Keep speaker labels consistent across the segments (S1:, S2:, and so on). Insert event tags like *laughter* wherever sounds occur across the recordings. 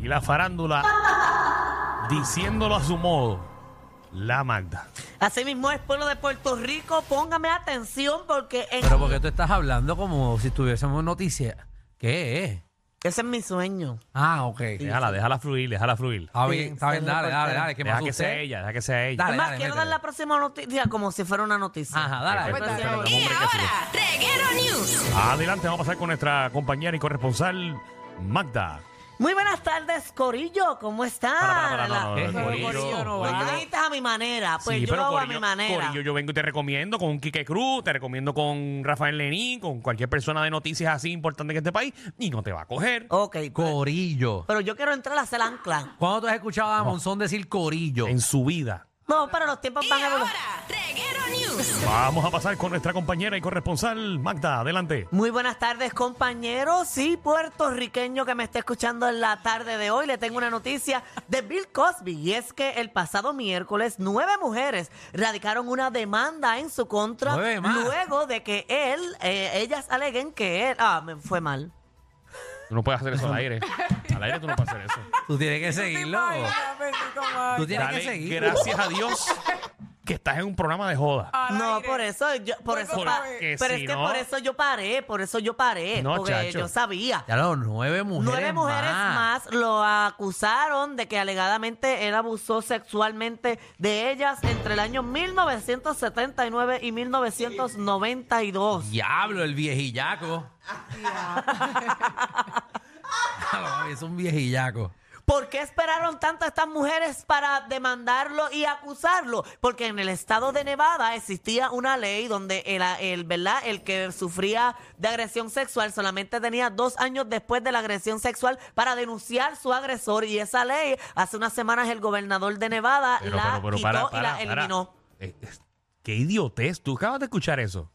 S1: y la farándula diciéndolo a su modo. La Magda.
S2: Así mismo es pueblo de Puerto Rico, póngame atención porque en-
S3: Pero porque tú estás hablando como si estuviésemos noticia. ¿Qué es?
S2: ese es mi sueño.
S3: Ah, ok.
S1: Déjala, déjala fluir, déjala fluir.
S3: Está
S2: Sí,
S3: bien, está bien,
S2: ser
S3: dale, dale,
S2: reportera.
S3: dale, que me
S1: deja que sea
S3: asusté.
S1: ella, deja que sea ella.
S3: Dale,
S2: Además,
S3: dale,
S2: quiero
S3: métele.
S2: dar la próxima noticia como si fuera una noticia.
S3: Ajá, dale.
S1: Perfecto,
S2: Cuéntame.
S1: perfecto, vamos a break así. Adelante, vamos a pasar con nuestra compañera y corresponsal, Magda.
S2: Muy buenas tardes, Corillo, ¿cómo están?
S1: Para, para, para, no, no,
S3: ¿Qué?
S1: no,
S3: Pero
S1: Corillo,
S3: Corillo no
S1: Corillo.
S3: va.
S2: Mañanitas a mi manera, pues
S1: Sí,
S2: yo
S1: pero
S2: hago a
S1: Corillo,
S2: mi manera.
S1: Corillo, yo vengo y te recomiendo con Quique Cruz, te recomiendo con Rafael Lenín, con cualquier persona de noticias así importante en este país, y no te va a coger.
S2: Ok, pero,
S3: Corillo.
S2: pero yo quiero entrar a hacer ancla.
S3: ¿Cuándo tú has escuchado a Monzón decir corillo?
S1: En su vida.
S2: No, pero los tiempos van a evolucionar.
S1: Vamos a pasar con nuestra compañera y corresponsal, Magda. Adelante.
S2: Muy buenas tardes, compañeros y puertorriqueño que me está escuchando en la tarde de hoy. Le tengo una noticia de Bill Cosby y es que el pasado miércoles nueve mujeres radicaron una demanda en su contra
S3: Nueve más.
S2: luego de que él, eh, ellas aleguen que él, ah, me fue mal.
S1: Tú no puedes hacer eso al aire. Al aire tú no puedes hacer eso.
S3: Tú tienes que seguirlo. *laughs* Tú tienes
S1: Dale
S3: que seguir.
S1: gracias a Dios que estás en un programa de joda.
S2: No, por eso, yo, por eso,
S1: favor.
S2: pa-
S1: Porque
S2: pero
S1: si
S2: es que
S1: no-
S2: por eso yo paré, por eso yo paré,
S1: No,
S2: porque
S1: chacho.
S2: yo sabía.
S3: Ya los nueve mujeres.
S2: Nueve mujeres más. lo acusaron de que alegadamente él abusó sexualmente de ellas entre el año 1979 y 1992.
S3: Diablo,
S2: *laughs*
S3: el viejillaco. *laughs* Diablo, mami, es un viejillaco.
S2: ¿Por qué esperaron tanto a estas mujeres para demandarlo y acusarlo? Porque en el estado de Nevada existía una ley donde el, el, ¿verdad? el que sufría de agresión sexual solamente tenía dos años después de la agresión sexual para denunciar su agresor. Y esa ley, hace unas semanas el gobernador de Nevada la quitó y la eliminó.
S1: Eh, eh, Qué idiotez. Tú acabas de escuchar eso.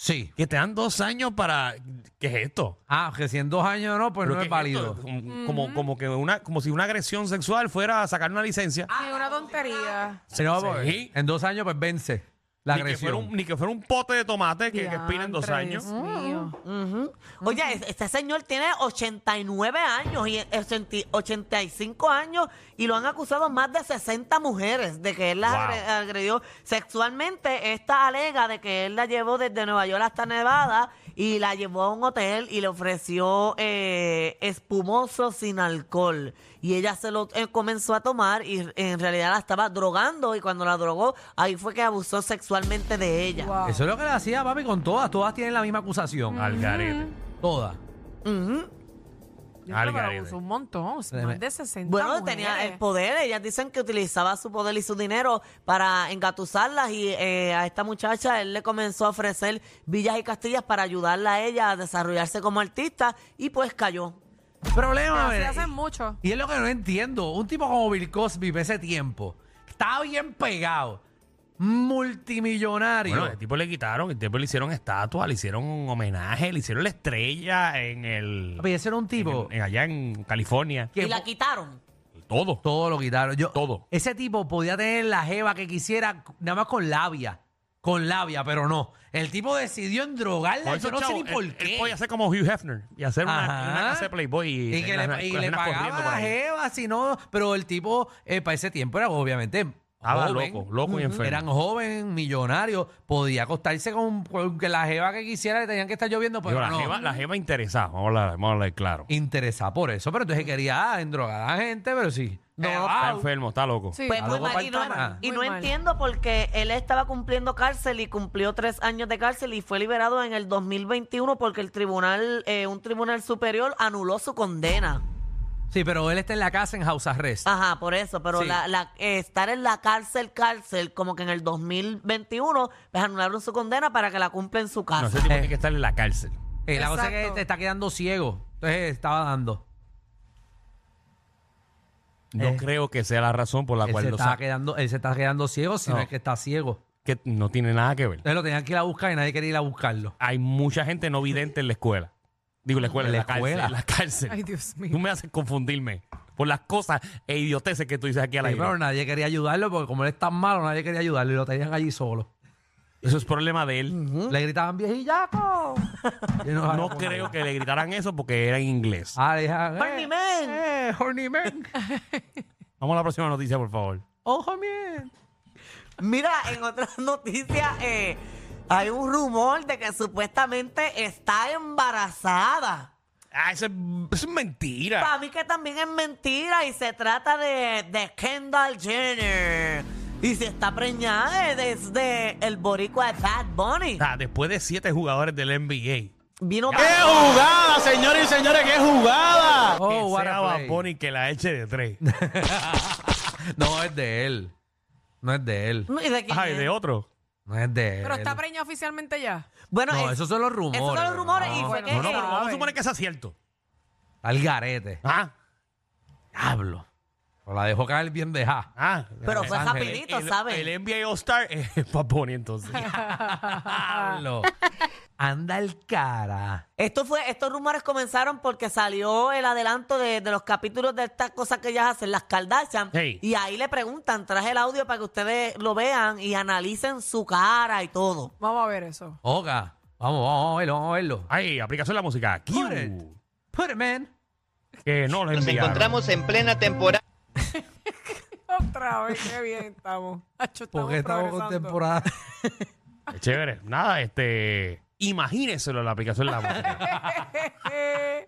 S3: Sí.
S1: Que te dan dos años para. ¿Qué es esto?
S3: Ah, que si en dos años no, pues
S1: Pero
S3: no
S1: ¿qué
S3: es válido.
S1: esto? Como, como, como que una, como si una agresión sexual fuera a sacar una licencia.
S3: Ah,
S4: Sí, una tontería.
S3: Si no, pues,
S1: Sí.
S3: En dos años, pues vence la
S1: ni, que fuera un,
S3: agresión.
S1: ni que fuera un pote de tomate que, que expira en dos
S4: Diantres, Mm.
S1: años.
S3: Mm.
S4: mío.
S2: Ujú. Oye, es- este señor tiene 89 años y eh, 80 85 años y lo han acusado más de 60 mujeres de que él las
S1: Wow.
S2: agre- agredió sexualmente. Esta alega de que él la llevó desde Nueva York hasta Nevada y la llevó a un hotel y le ofreció eh, espumoso sin alcohol. Y ella se lo eh, comenzó a tomar y en realidad la estaba drogando y cuando la drogó ahí fue que abusó sexualmente de ella.
S4: Wow.
S3: Eso es lo que le hacía, papi, con todas. Todas tienen la misma acusación.
S1: Al garete.
S3: Todas.
S2: Ujú.
S4: Yo
S1: Al
S4: creo que
S1: garete.
S4: lo usó un montón,
S3: Espérame.
S4: más de 60
S2: Bueno,
S4: mujeres.
S2: tenía eh, el poder. Ellas dicen que utilizaba su poder y su dinero para engatusarlas y eh, a esta muchacha él le comenzó a ofrecer villas y castillas para ayudarla a ella a desarrollarse como artista y pues cayó.
S3: Problema,
S4: Así
S3: mira,
S4: hacen mucho.
S3: Y es lo que no entiendo. Un tipo como Bill Cosby para ese tiempo. Estaba bien pegado. Multimillonario.
S1: Bueno, el tipo le quitaron, el tipo le hicieron estatua, le hicieron un homenaje, le hicieron la estrella en el.
S3: Papi, ese era un tipo
S1: en- en- allá en California.
S2: Y
S3: que
S2: la
S3: po-
S2: quitaron.
S1: Todo.
S3: todo lo quitaron. Yo,
S1: Todo.
S3: Ese tipo podía tener la jeva que quisiera, nada más con labia. Con labia, pero no. El tipo decidió en drogarla.
S1: Por
S3: Yo
S1: eso,
S3: no sé
S1: chavo,
S3: ni por
S1: él-
S3: qué.
S1: Él podía hacer como Hugh Hefner y hacer una,
S3: Ajá.
S1: una casa de Playboy y,
S3: Y que
S1: las-
S3: le, y
S1: las
S3: le
S1: nenas corriendo
S3: pagaba
S1: por
S3: la
S1: ahí.
S3: jeva, si no. Pero el tipo, eh, para ese tiempo era obviamente.
S1: Estaba
S3: joven.
S1: loco, loco y enfermo.
S3: Eran joven, millonarios, podía acostarse con, con que la jeva que quisiera, le tenían que estar lloviendo, pero
S1: Digo, la,
S3: pues, no.
S1: jeva, la jeva interesada, vamos a hablar, vamos a hablar claro.
S3: Interesada por eso, pero entonces quería ah, endrogar a la gente, pero sí.
S2: No,
S3: Eh,
S1: Está
S3: wow.
S1: enfermo, está loco.
S4: Sí.
S2: Pues,
S3: Ah,
S2: muy
S3: luego
S2: mal. Y no,
S3: faltaba.
S2: y
S4: Muy
S2: no
S4: mal.
S2: entiendo porque él estaba cumpliendo cárcel y cumplió tres años de cárcel y fue liberado en el 2021 porque el tribunal, eh, un tribunal superior anuló su condena.
S3: Sí, pero él está en la casa en house
S4: Ah,
S3: arrest.
S2: Ajá, por eso, pero
S3: Sí.
S2: la, la- eh, estar en la cárcel, cárcel, como que en el 2021, pues anularon su condena para que la cumpla en su casa.
S1: No, ese tipo
S3: Eh.
S1: tiene que estar en la cárcel.
S3: Eh, la cosa es que
S4: Exacto.
S3: te está quedando ciego, entonces estaba dando.
S1: No
S3: Eh.
S1: creo que sea la razón por la
S3: Él
S1: cual
S3: se,
S1: lo
S3: está
S1: saque.
S3: quedando, él se está quedando ciego, si no.
S1: No.
S3: es que está ciego.
S1: Que no tiene nada que ver.
S3: Entonces lo tenían que ir a buscar y nadie quería ir a buscarlo.
S1: Hay mucha gente no vidente en la escuela. Digo, en la escuela, en
S3: En
S1: la,
S3: la escuela.
S1: cárcel. en
S4: Ay,
S1: la cárcel.
S4: Dios
S1: Tú
S4: mío.
S1: me haces confundirme por las cosas e idioteces que tú dices aquí al
S3: Sí,
S1: aire.
S3: pero nadie quería ayudarlo porque como él es tan malo, nadie quería ayudarlo y lo tenían allí solo.
S1: Eso es problema de él.
S3: Le gritaban viejillaco. Y
S1: No creo que le gritaran eso porque era en inglés.
S3: Ah, le dijeron, eh,
S2: Horny man.
S3: eh, horny man.
S1: Vamos a la próxima noticia, por favor.
S3: Ojo, man.
S2: Mira, en *laughs* otras noticias eh, hay un rumor de que supuestamente está embarazada.
S1: Ah, eso es, eso es mentira.
S2: Para mí que también es mentira y se trata de, de Kendall Jenner. Y se está preñada desde el boricua de Bad Bunny.
S1: Ah, después de siete jugadores del NBA.
S2: Vino
S5: ¡Qué jugada, señores y señores! ¡Qué jugada!
S3: Oh,
S1: que
S3: what
S1: sea
S3: a
S1: Bad
S3: play.
S1: Bunny que la eche
S5: *laughs*
S1: de tres.
S3: No es de él. No es de él.
S2: ¿Y de quién
S1: Ay,
S2: es?
S1: de otro.
S3: No es de él.
S4: Pero está preñada oficialmente ya.
S2: Bueno,
S3: No,
S2: es-
S3: esos son los rumores.
S2: esos son los rumores y fue
S4: bueno,
S2: que...
S3: Eh,
S1: No, no, pero
S4: Ah,
S1: vamos a
S4: bueno.
S1: suponer que sea cierto.
S3: Al garete.
S1: Ah,
S3: Diablo. O la dejó caer bien
S1: *laughs*
S3: dejada.
S1: ah.
S2: pero fue
S3: Los Ángeles.
S2: rapidito,
S1: el,
S2: ¿sabes?
S1: el NBA All-Star es *laughs* Bad Bunny,
S3: *laughs*
S1: entonces.
S3: Diablo. Anda el cara.
S2: Esto fue, estos rumores comenzaron porque salió el adelanto de, de los capítulos de estas cosas que ellas hacen, las Kardashian.
S1: Hey.
S2: Y ahí le preguntan, traje el audio para que ustedes lo vean y analicen su cara y todo.
S4: Vamos a ver eso. *laughs*
S3: Oga. Vamos, vamos a verlo, vamos a verlo.
S1: Ay, aplicación de la música. Aquí.
S3: Put it. Put it, man.
S1: Que no lo
S6: Nos
S1: enviaron.
S6: encontramos en plena temporada.
S4: Otra vez, qué bien estamos. Hacho, estamos
S3: Porque estamos con
S4: progresando.
S3: temporada. *laughs*
S1: Es Chévere. Nada, este. Imagínenselo la aplicación de la
S3: *laughs*
S1: música.
S4: Eh,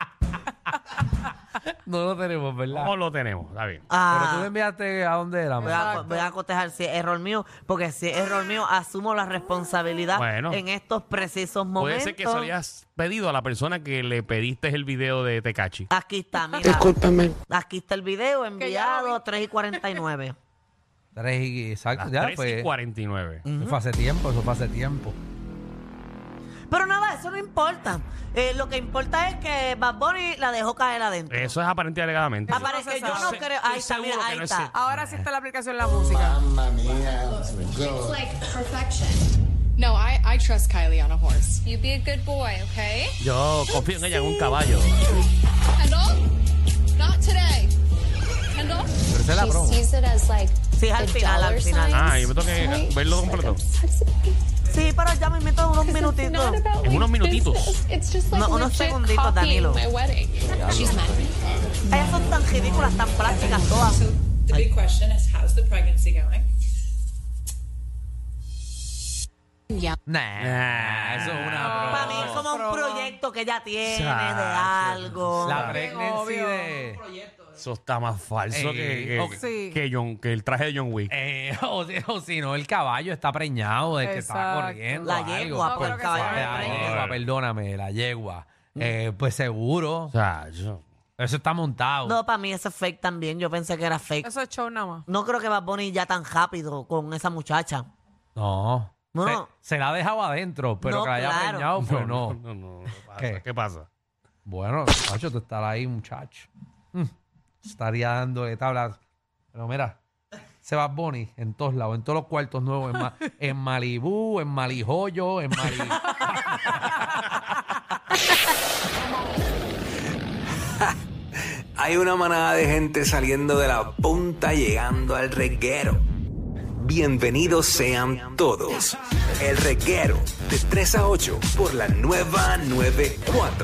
S3: No lo tenemos, ¿verdad?
S1: ¿Cómo lo tenemos? Está bien.
S3: Pero tú
S2: Ah,
S3: le enviaste a dónde era,
S2: voy
S3: man?
S2: a, voy a cotejar si es error mío, porque si es error mío, asumo la responsabilidad
S1: Bueno.
S2: en estos precisos
S1: Puede
S2: momentos.
S1: ser que se lo hayas pedido a la persona que le pediste el video de Tecachi.
S2: Aquí está, mira. Aquí está el video
S4: Que ya lo
S2: enviado, 3 y 49.
S3: Tres y exacto.
S1: Las
S3: Ya
S1: 3
S3: fue.
S1: y 49.
S3: Eso fue hace tiempo, eso fue hace tiempo.
S2: Pero nada, eso no importa. Eh, lo que importa es que Bad Bunny la dejó caer adentro.
S1: Eso es aparente y alegadamente.
S2: Aparece, yo
S4: Eso no se
S2: no
S4: sabe.
S2: creo. Ahí está,
S1: Estoy
S2: mira,
S1: seguro que
S2: ahí
S1: no es
S2: está.
S1: cierto.
S4: *laughs* Ahora sí está la aplicación la música.
S7: It's like perfection. No, I, I trust Kylie on a horse.
S8: You be a good boy, okay?
S1: Yo confío en ella en un caballo.
S7: Kendall? Not today. Kendall?
S3: Pero esa es la
S8: She
S3: promo.
S8: sees it as like
S2: Sí, es al
S8: the
S2: final,
S8: dollar
S2: al final.
S8: signs,
S1: Ah, yo me tengo que
S8: right?
S1: verlo
S8: It's like
S1: completo.
S8: a sexy-
S2: Sí, pero ya me invito unos
S8: It's
S2: minutitos.
S8: not about
S1: En
S8: like
S1: unos minutitos.
S8: business. It's just like
S2: No, unos
S8: legit
S2: segunditos,
S8: copying
S2: Danilo.
S8: my wedding. She's mad at me.
S2: Ellas son tan ridículas, tan plásticas todas.
S9: The big question is how's the pregnancy going?
S3: Nah, eso es una
S2: Para mí es como un
S4: Promo.
S2: proyecto que ella tiene de
S1: Chacho.
S2: algo.
S3: La
S4: Obvio.
S3: pregnancy de.
S1: Eso está más falso
S3: Ey,
S1: que, que,
S3: ok.
S4: Sí.
S1: que John, que el traje de John Wick.
S3: Eh, *laughs* o, si- o si no, el caballo está preñado de que
S4: Exacto.
S3: está corriendo.
S2: La
S3: o algo.
S2: yegua,
S4: No,
S2: por
S4: creo
S2: el
S4: que
S2: caballo
S4: sea.
S2: me
S3: La
S2: trae.
S3: yegua, perdóname, la yegua.
S2: Mm.
S3: Eh, pues seguro.
S1: O sea, yo-
S3: Eso está montado.
S2: No, para mí eso es fake también. Yo pensé que era fake.
S4: Eso es show nada más.
S2: No creo que Bad Bunny ya tan rápido con esa muchacha.
S3: No.
S2: No.
S3: Se, se la ha dejado adentro, pero
S2: No,
S3: que la haya
S2: claro.
S3: preñado, pues no.
S1: *laughs* no, no, no pasa.
S3: ¿Qué?
S1: ¿Qué pasa?
S3: Bueno, muchacho, tú estarás ahí, muchacho. Mm, Estaría dándole tablas. Pero mira, se va Bonnie en todos lados, en todos los cuartos nuevos, en, Ma- en Malibú, en Malijoyo, en Mali.
S10: Hay una manada de gente saliendo de la punta llegando al reguero. Bienvenidos sean todos. El reguero de 3 a 8 por la nueva 94.